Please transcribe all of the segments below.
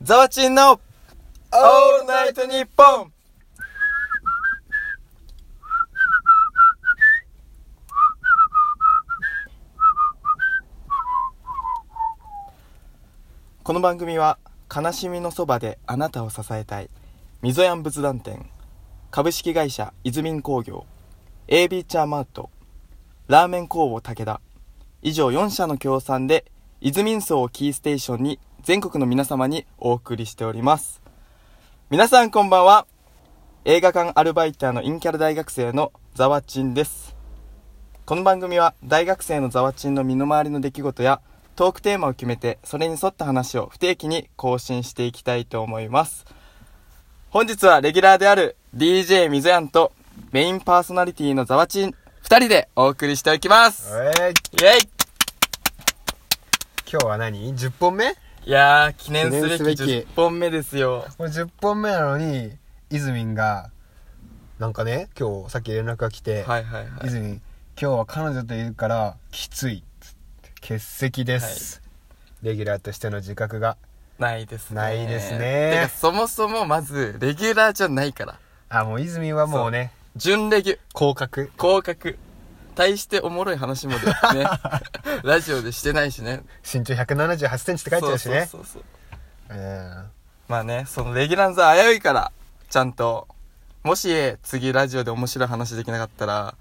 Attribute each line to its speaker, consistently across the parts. Speaker 1: ザワチンのオールナイトニッポンこの番組は悲しみのそばであなたを支えたいみぞやん仏壇店株式会社いずみん工業 AB チャーマートラーメン工房武田以上4社の協賛で、イズミンソをキーステーションに全国の皆様にお送りしております。皆さんこんばんは。映画館アルバイターのインキャラ大学生のザワチンです。この番組は大学生のザワチンの身の回りの出来事やトークテーマを決めてそれに沿った話を不定期に更新していきたいと思います。本日はレギュラーである DJ みずやんとメインパーソナリティのザワチン二人でお送りしておきます。
Speaker 2: え
Speaker 1: イェ
Speaker 2: ー、
Speaker 1: イ
Speaker 2: 今日は何 ?10 本目
Speaker 1: いやー、記念すべき
Speaker 2: 記念すべき
Speaker 1: 10本目ですよ。
Speaker 2: これ10本目なのに、イズミンが、なんかね、今日さっき連絡が来て、
Speaker 1: はいはいはい
Speaker 2: イ。ズミン、今日は彼女といるから、きついっつって。欠席です、レギュラーとしての自覚が。
Speaker 1: ないですね。
Speaker 2: ないですね
Speaker 1: てか、そもそもまず、レギュラーじゃないから。
Speaker 2: あ、もうイズミンはもうね、
Speaker 1: 準レギュ、
Speaker 2: 降格。
Speaker 1: 降格。対しておもろい話 もで、ね。ラジオでしてないしね。
Speaker 2: 身長178センチって書いてあるしね。
Speaker 1: そうそうそうそう。
Speaker 2: うん。
Speaker 1: まあね、そのレギュラーの座危ういから、ちゃんと。もし、次ラジオで面白い話できなかったら、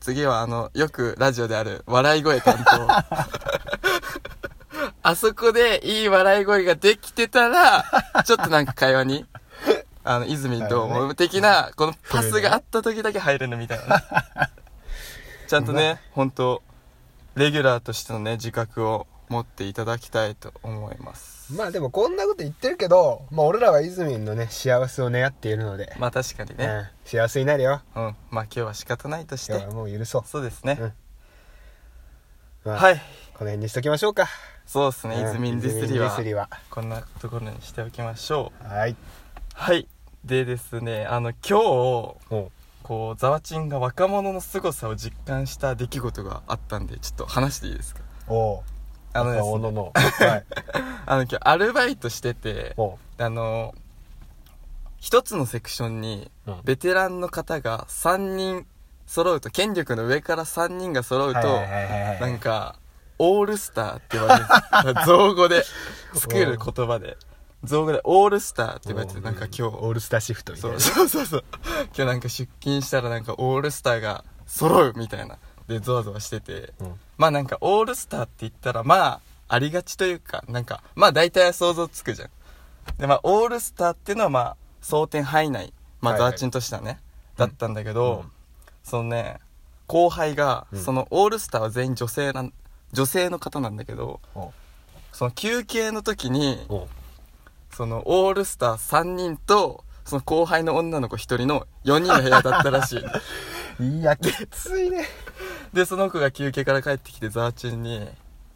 Speaker 1: 次はあの、よくラジオである、笑い声担当。 あそこでいい笑い声ができてたら、ちょっとなんか会話に、あの、泉どう
Speaker 2: なるほど
Speaker 1: 思う
Speaker 2: ね
Speaker 1: 的な、このパスがあった時だけ入れるみたいなね。ちゃんとね、本当レギュラーとしてのね、自覚を持っていただきたいと思います。
Speaker 2: まあでもこんなこと言ってるけど、まあ俺らはイズミンのね、幸せを願っているので、
Speaker 1: まあ確かにね。
Speaker 2: うん、幸せになるよ。
Speaker 1: うん、まあ今日は仕方ないとし
Speaker 2: 今
Speaker 1: て
Speaker 2: 日は。もう許そう。
Speaker 1: そうですね。
Speaker 2: うんまあ
Speaker 1: はい。
Speaker 2: この辺にしときましょうか。
Speaker 1: そうですね。
Speaker 2: うん
Speaker 1: 泉ディス
Speaker 2: 泉
Speaker 1: リ
Speaker 2: ディ
Speaker 1: は
Speaker 2: ス。リは。
Speaker 1: こんなところにしておきましょう。
Speaker 2: はい。
Speaker 1: はい。でですね、あの、今日、
Speaker 2: も
Speaker 1: こう、ザワチンが若者の凄さを実感した出来事があったんで、ちょっと話していいですか
Speaker 2: う、おう。
Speaker 1: あので
Speaker 2: お
Speaker 1: すね、
Speaker 2: のの。はい。
Speaker 1: あの今日アルバイトしてて、
Speaker 2: おう。
Speaker 1: あの、一つのセクションに
Speaker 2: うん、
Speaker 1: ベテランの方が3人揃うと、権力の上から3人が揃うと、な
Speaker 2: なん
Speaker 1: か、オールスターって言われてる。造語で、作る言葉で。造語で、オールスターって言われてて、なんか今
Speaker 2: オ
Speaker 1: 日、
Speaker 2: ールスターシフトみたい
Speaker 1: そ
Speaker 2: な
Speaker 1: う。そうそうそう。今日なんか出勤したらなんかオールスターが揃うみたいな。で、ゾワゾワしてて。
Speaker 2: うん
Speaker 1: まあなんか、オールスターって言ったら、まあ、ありがちというか、なんか、まあ大体は想像つくじゃん。で、まあ、オールスターっていうのはまあ、争点範囲内、まあ、
Speaker 2: はい
Speaker 1: ザ
Speaker 2: はい
Speaker 1: ワチンとしてはね、だったんだけど、
Speaker 2: うん
Speaker 1: そのね、後輩が、
Speaker 2: うん
Speaker 1: そのオールスターは全員女性なん、女性の方なんだけど、
Speaker 2: おう
Speaker 1: その休憩の時に、
Speaker 2: おう
Speaker 1: そのオールスター3人と、その後輩の女の子1人の4人の部屋だったら しい。
Speaker 2: いや、きついね。
Speaker 1: で、その子が休憩から帰ってきて、ザーチンに、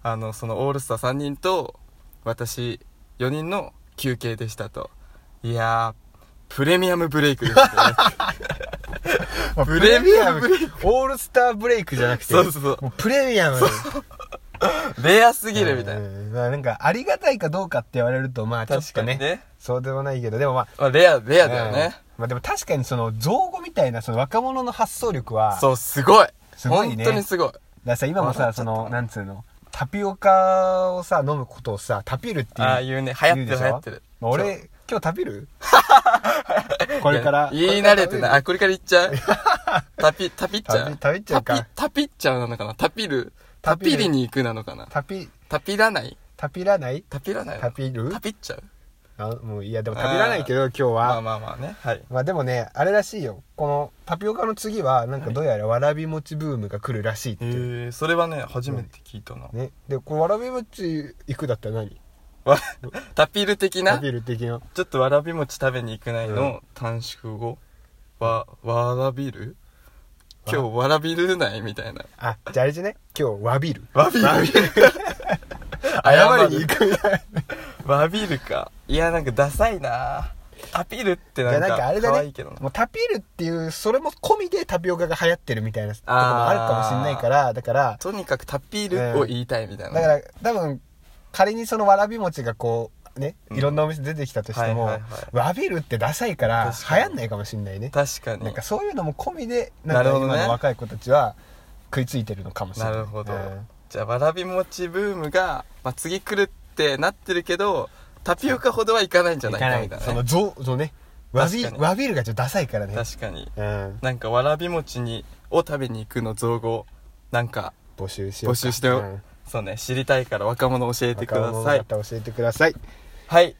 Speaker 1: あの、そのオールスター3人と、私4人の休憩でしたと。いやー、プレミアムブレイクですね。 プレミアムブレイク。
Speaker 2: オールスターブレイクじゃなくて。
Speaker 1: そうそうそう
Speaker 2: もプレミアム。
Speaker 1: レアすぎるみたいな。
Speaker 2: うんまあなんか、ありがたいかどうかって言われると、まあちょっ
Speaker 1: 確か
Speaker 2: と
Speaker 1: に
Speaker 2: ね。
Speaker 1: ね。
Speaker 2: そうでもないけど、でもまあ。
Speaker 1: まあ、レア、レアだよね。
Speaker 2: うん。まあでも確かにその、造語みたいな、その若者の発想力は、
Speaker 1: そう、すごい。
Speaker 2: すごいね
Speaker 1: 本当にすごい。
Speaker 2: だからさ今も
Speaker 1: 笑
Speaker 2: さ
Speaker 1: っちゃ
Speaker 2: そ
Speaker 1: った
Speaker 2: のなんつうのタピオカをさ飲むことをさタピるっていう
Speaker 1: ああいうね流行ってる
Speaker 2: 言うでしょ
Speaker 1: 流行ってる
Speaker 2: まあ俺今日タ ピるこれから
Speaker 1: いや言い慣れてない。
Speaker 2: い
Speaker 1: あ、これから言っちゃ うタピ、タピっちゃう
Speaker 2: タピタピっちゃうか
Speaker 1: タピ、タピっちゃうなのかなタピる。タ
Speaker 2: タピる
Speaker 1: ピりに行くなのかな
Speaker 2: タピ
Speaker 1: タピらない
Speaker 2: タピらない
Speaker 1: タピらない
Speaker 2: タピる
Speaker 1: タピっちゃう
Speaker 2: あもういやでもタピらないけど今日
Speaker 1: ま
Speaker 2: は、ま
Speaker 1: あ
Speaker 2: あ
Speaker 1: まあまあね。はい。
Speaker 2: でもねあれらしいよこのタピオカの次はなんかどうやらわらび餅ブームが来るらしいって
Speaker 1: え
Speaker 2: いう、
Speaker 1: ー、それはね、初めて聞いたな。
Speaker 2: ねでこれわらび餅行くだったら何
Speaker 1: わタピる的
Speaker 2: タ
Speaker 1: な
Speaker 2: ピる的な
Speaker 1: ちょっとわらび餅食べに行くないの短縮語わ、わらびる
Speaker 2: わ
Speaker 1: 今日わらびるないみたいな。
Speaker 2: あじゃああれじゃね今日わびる
Speaker 1: わびる
Speaker 2: 謝りに行くみたいな
Speaker 1: わびるかいやなんかダサいなタピルって
Speaker 2: い
Speaker 1: な
Speaker 2: や
Speaker 1: んか
Speaker 2: なんかあれ
Speaker 1: 可
Speaker 2: だ
Speaker 1: 愛い
Speaker 2: ね
Speaker 1: けどな
Speaker 2: もうタピールっていうそれも込みでタピオカが流行ってるみたいなとこもあるかもしれないからだから
Speaker 1: とにかくタピールを言いたいみたい
Speaker 2: だ
Speaker 1: な、
Speaker 2: から多分仮にそのわらび餅がこうね、
Speaker 1: うん
Speaker 2: いろんなお店出てきたとしても、
Speaker 1: はいはい
Speaker 2: わびるってダサいから
Speaker 1: 確かに
Speaker 2: 流行んないかもしれないね
Speaker 1: 確かに
Speaker 2: なんかそういうのも込みでなん
Speaker 1: なる
Speaker 2: か
Speaker 1: ほどね
Speaker 2: 今の若い子たちは食いついてるのかもしれな
Speaker 1: ないるほど、
Speaker 2: うん
Speaker 1: じゃあわらび餅ブームが、まあ、次来るってなってるけどタピオカほどはいかないんじゃないかみたい
Speaker 2: そ
Speaker 1: な、
Speaker 2: の
Speaker 1: ね、
Speaker 2: ゾゾねわび
Speaker 1: 確かに
Speaker 2: わびるがちょっとダサいからね
Speaker 1: 確かに
Speaker 2: うん
Speaker 1: なんかわらび餅にを食べに行くの造語なんか
Speaker 2: 募集しよう
Speaker 1: 募集
Speaker 2: か
Speaker 1: して、
Speaker 2: うん
Speaker 1: そうね知りたいから若者教えてください
Speaker 2: 若者の方教えてください
Speaker 1: はい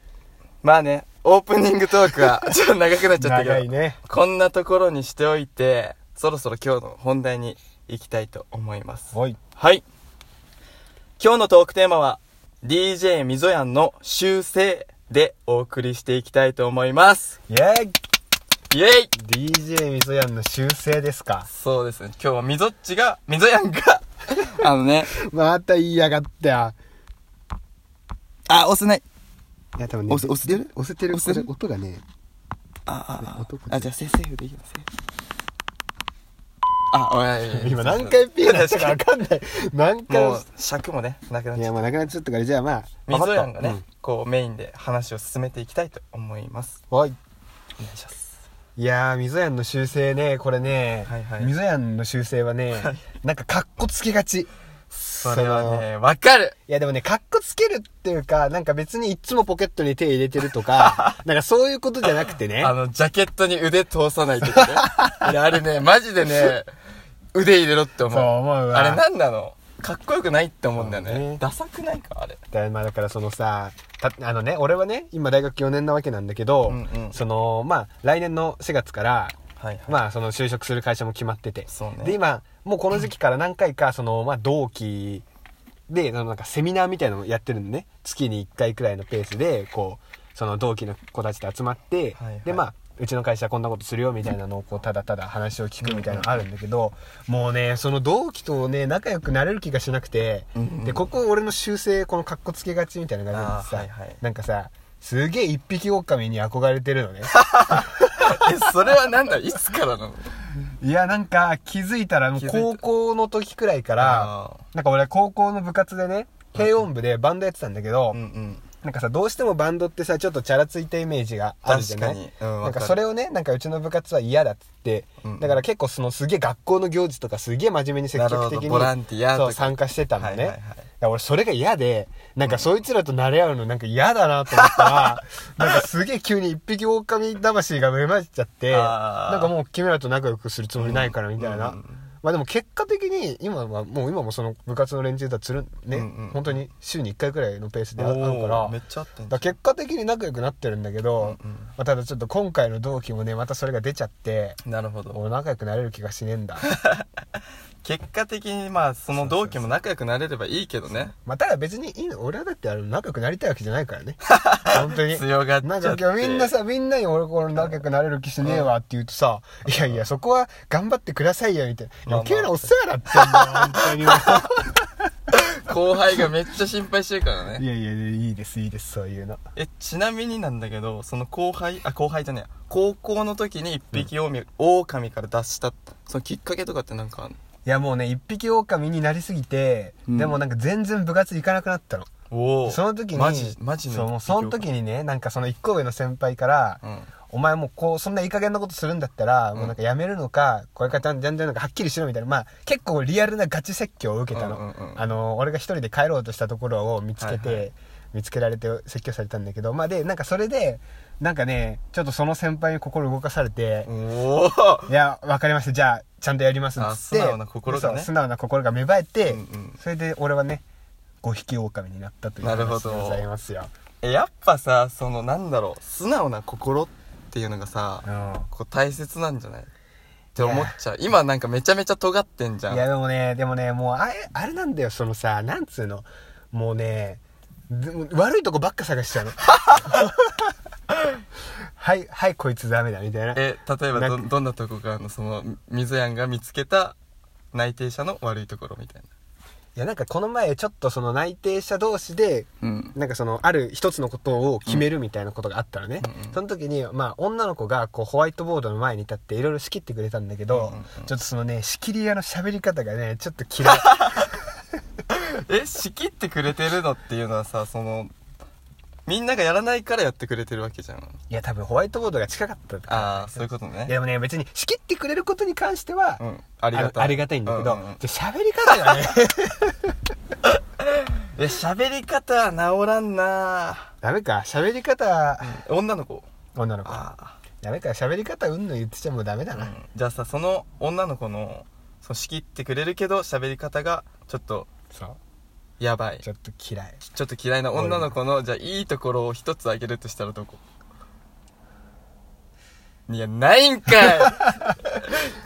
Speaker 1: まあねオープニングトークはちょっと長くなっちゃったけど
Speaker 2: 長いね
Speaker 1: こんなところにしておいてそろそろ今日の本題に行きたいと思います
Speaker 2: おい
Speaker 1: はい。今日のトークテーマは、DJ みぞやんの修正でお送りしていきたいと思います。
Speaker 2: イェーイ
Speaker 1: イェイ
Speaker 2: DJ みそやんの修正ですか
Speaker 1: そうですね。今日はみぞっちが、みぞやんが、 あのね、
Speaker 2: また言いやがってや
Speaker 1: あ、押せない。
Speaker 2: いや多分
Speaker 1: 押す押してる
Speaker 2: 押せてる
Speaker 1: 押せる
Speaker 2: これ音がね
Speaker 1: あ
Speaker 2: 男
Speaker 1: あ、あ、じゃあセセーフでいきます。セーフあ、おやいやいや
Speaker 2: 今何回ピーだったか分かんない何回
Speaker 1: も
Speaker 2: も
Speaker 1: う尺もね、なくなっ
Speaker 2: い
Speaker 1: ちゃ
Speaker 2: や
Speaker 1: っ
Speaker 2: まあなくなっちゃったからじゃあまあ
Speaker 1: た。みぞやんがね、
Speaker 2: パパッ
Speaker 1: こうメインで話を進めていきたいと思います。
Speaker 2: とうんはい
Speaker 1: お願いします。
Speaker 2: いやーみぞやんの修正ねこれね、
Speaker 1: はいはい
Speaker 2: みぞやんの修正はね、なんかかっこつけがち
Speaker 1: それは
Speaker 2: その
Speaker 1: ね、わかる
Speaker 2: いやでもねかっこつけるっていうかなんか別にいつもポケットに手入れてる とかなんかそういうことじゃなくてね
Speaker 1: あの、ジャケットに腕通さないと きね。いやあれね、マジでね、腕入れろって思う。
Speaker 2: そう思うわ
Speaker 1: あれなんなのかっこよくないって思うんだよ
Speaker 2: そう
Speaker 1: ね。
Speaker 2: ね
Speaker 1: ダサくないかあれ。
Speaker 2: だまあ、だからそのさたあのね俺はね今大学4年なわけなんだけど、
Speaker 1: うんうん
Speaker 2: そのまあ来年の4月から
Speaker 1: はい はい。
Speaker 2: まあその就職する会社も決まってて、
Speaker 1: そうね
Speaker 2: で今もうこの時期から何回かその、まあ、同期でそのなんかセミナーみたいなのをやってるのね月に1回くらいのペースでこうその同期の子たちと集まって、
Speaker 1: はいはい
Speaker 2: でまあうちの会社こんなことするよみたいなのをこうただただ話を聞くみたいなのあるんだけど、もうねその同期とね仲良くなれる気がしなくて、
Speaker 1: うんうん
Speaker 2: でここ俺の修正このカッコつけがちみたいな感じ
Speaker 1: あー
Speaker 2: でさ、
Speaker 1: はいはい
Speaker 2: なんかさすげえ一匹狼に憧れ てるのね
Speaker 1: え、それはなんだいつからなの
Speaker 2: いやなんか気づいたらもう
Speaker 1: 気づいた
Speaker 2: 高校の時くらいから
Speaker 1: あ
Speaker 2: なんか俺高校の部活でね軽音部でバンドやってたんだけど、
Speaker 1: ー。うんうん。
Speaker 2: なんかさどうしてもバンドってさちょっとチャラついたイメージがあるじゃない
Speaker 1: 確かにうん
Speaker 2: な
Speaker 1: わ
Speaker 2: ん
Speaker 1: か
Speaker 2: か
Speaker 1: る
Speaker 2: それをねなんかうちの部活は嫌だっつって、
Speaker 1: うんうん
Speaker 2: だから結構そのすげえ学校の行事とかすげえ真面目に積極的
Speaker 1: なるほど
Speaker 2: に
Speaker 1: ボランティアとか
Speaker 2: そう参加してたの
Speaker 1: は
Speaker 2: ね、
Speaker 1: いはいはい
Speaker 2: いや俺それが嫌でなんかそいつらと慣れ合うのなんか嫌だなと思っ たらなんかすげえ急に一匹狼魂が芽生えちゃって
Speaker 1: あー
Speaker 2: なんかもう君らと仲良くするつもりないからみたいな、
Speaker 1: うんうん
Speaker 2: まあでも結果的に今はもう今もその部活の連中とはつるんね、
Speaker 1: うんうん
Speaker 2: 本当に週に1回くらいのペースで会うか
Speaker 1: お
Speaker 2: ら
Speaker 1: ーめっちゃあったんじ
Speaker 2: だ
Speaker 1: ゃん
Speaker 2: から結果的に仲良くなってるんだけど、
Speaker 1: うんうん
Speaker 2: まあ、ただちょっと今回の同期もねまたそれが出ちゃって
Speaker 1: なるほど。
Speaker 2: 俺仲良くなれる気がしねえんだ
Speaker 1: 結果的にまあ、その同期も仲良くなれればいいけどね。
Speaker 2: まあただ別にいいの俺はだってあの仲良くなりたいわけじゃない からね本当に
Speaker 1: 強がっちゃ
Speaker 2: な
Speaker 1: っ
Speaker 2: ん
Speaker 1: て
Speaker 2: か今日みんなさみんなに俺この仲良くなれる気しねえわって言うとさ、いやいやそこは頑張ってくださいよみたいな
Speaker 1: まあまあ
Speaker 2: 余計なお世話だってんだよ本
Speaker 1: 後輩がめっちゃ心配してるから
Speaker 2: 当
Speaker 1: ね。
Speaker 2: にいやいやいいですいいですそういうの
Speaker 1: えちなみになんだけどその後輩あ後輩じゃねえ高校の時に一匹狼、狼から脱したそのきっかけとかってなんかあんの
Speaker 2: いやもうね一匹狼になりすぎて、
Speaker 1: うん
Speaker 2: でもなんか全然部活行かなくなったの
Speaker 1: お
Speaker 2: その時に
Speaker 1: マジマジの
Speaker 2: そうもうその時にねなんかその一個上の先輩から、
Speaker 1: うん
Speaker 2: お前もうこうそんないい加減なことするんだったら、もうなんかやめるのかこれから全然なんかはっきりしろみたいなまあ結構リアルなガチ説教を受けたの、
Speaker 1: うんうんうん
Speaker 2: あの俺が一人で帰ろうとしたところを見つけて、
Speaker 1: はいはい
Speaker 2: 見つけられて説教されたんだけどまあでなんかそれでなんかねちょっとその先輩に心動かされて、
Speaker 1: おお
Speaker 2: いやわかりましたじゃあちゃんとやりますっつって
Speaker 1: あ素直な心がね
Speaker 2: そう素直な心が芽生えて、
Speaker 1: うんうん
Speaker 2: それで俺はね五匹狼になったという
Speaker 1: なるほ
Speaker 2: 話
Speaker 1: ど
Speaker 2: でございますよ、
Speaker 1: えやっぱさそのなんだろう素直な心っていうのがさ、
Speaker 2: うん
Speaker 1: こう大切なんじゃないって思っちゃう今なんかめちゃめちゃ尖ってんじゃん
Speaker 2: いやでもねでもねもうあれあれなんだよそのさなんつうのもうねでも悪いとこばっか探し ちゃうのはいはいこいつダメだみたいな
Speaker 1: え例えばど
Speaker 2: なん
Speaker 1: どんなとこがあんのその水やんが見つけた内定者の悪いところみたい
Speaker 2: いやなんかこの前ちょっとその内定者同士で
Speaker 1: なうん
Speaker 2: なんかそのある一つのことを決めるみたいなことがあったのね、
Speaker 1: うんうん
Speaker 2: その時に、まあ、女の子がこうホワイトボードの前に立っていろいろ仕切ってくれたんだけど、
Speaker 1: うんうんうん
Speaker 2: ちょっとそのね仕切り屋の喋り方がねちょっと 嫌い
Speaker 1: え仕切ってくれてるのっていうのはさそのみんながやらないからやってくれてるわけじゃん
Speaker 2: いや多分ホワイトボードが近かったとか
Speaker 1: ああそういうことね
Speaker 2: いやでもね別に仕切ってくれることに関しては、
Speaker 1: うんありがたい
Speaker 2: ありがたいんだけど、
Speaker 1: うんうんうん
Speaker 2: じゃあ喋り 方がね
Speaker 1: え喋り方は治らんな
Speaker 2: ダメか喋り方、
Speaker 1: 女の子
Speaker 2: 女の子
Speaker 1: あ
Speaker 2: ダメか喋り方うんの言ってちゃもうダメだ
Speaker 1: あ、
Speaker 2: な、
Speaker 1: うんじゃあさその女の子のその仕切ってくれるけど喋り方がちょっと
Speaker 2: そう
Speaker 1: やばい
Speaker 2: ちょっと嫌い
Speaker 1: ちょっと嫌いな女の子のじゃあいいところを一つあげるとしたらどこいやないん かい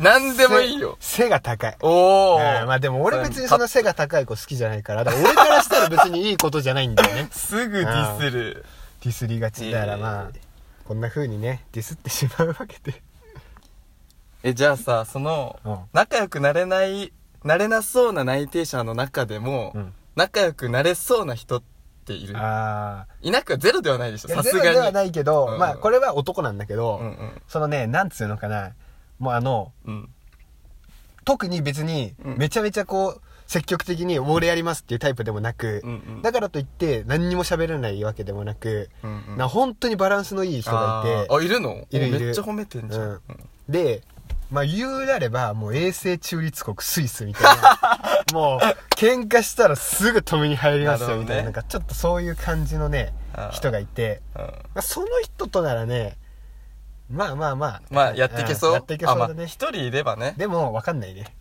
Speaker 1: なんでもいいよ
Speaker 2: 背背が高い
Speaker 1: おお。
Speaker 2: うんまあでも俺別にその背が高い子好きじゃないから、だから俺からしたら別にいいことじゃないんだよね
Speaker 1: すぐディスる
Speaker 2: ディスりがちだからまあ
Speaker 1: え、
Speaker 2: こんな風にね、ディスってしまうわけで。
Speaker 1: えじゃあさその
Speaker 2: うん
Speaker 1: 仲良くなれないなれなそうな内定者の中でも、
Speaker 2: うん
Speaker 1: 仲良くなれそうな人っている
Speaker 2: ああ。
Speaker 1: いなくはゼロではないでしょ
Speaker 2: いや
Speaker 1: さ
Speaker 2: ゼ
Speaker 1: す
Speaker 2: ロで
Speaker 1: が
Speaker 2: は
Speaker 1: に
Speaker 2: ないけど、
Speaker 1: うん
Speaker 2: まあこれは男なんだけど、
Speaker 1: うんうん
Speaker 2: そのね、なんつうのかな、もうあの、
Speaker 1: うん
Speaker 2: 特に別に
Speaker 1: うん
Speaker 2: めちゃめちゃこう、積極的に俺やりますっていうタイプでもなく、
Speaker 1: うんうん
Speaker 2: だからといって何にも喋らないわけでもなく、
Speaker 1: うんうん
Speaker 2: な本当にバランスのいい人がいて
Speaker 1: あー、あいるの
Speaker 2: いるいる
Speaker 1: めっちゃ褒めてんじゃん、
Speaker 2: うん
Speaker 1: うん
Speaker 2: で、まあ言うなれば、もう永世中立国スイスみたい な。もう、喧嘩したらすぐ止めに入ります
Speaker 1: なる
Speaker 2: よ
Speaker 1: ほどね
Speaker 2: みたいな、なんかちょっとそういう感じのね
Speaker 1: あー、
Speaker 2: 人がいて、
Speaker 1: うん
Speaker 2: まあ、その人とならね、まあまあまあ。
Speaker 1: まあやっていけそ
Speaker 2: ん
Speaker 1: う
Speaker 2: やっていけそうだ
Speaker 1: あまあ
Speaker 2: ね。
Speaker 1: 一人いればね
Speaker 2: でも、わかんないね。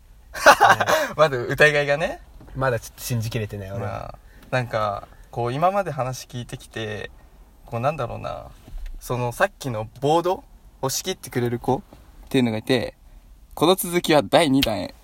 Speaker 1: まだ疑いがね、
Speaker 2: まだちょっと信じきれてない、俺は。
Speaker 1: まあ、なんかこう今まで話聞いてきてこうなんだろうなそのさっきのボードを仕切ってくれる子っていうのがいてこの続きは第2弾へ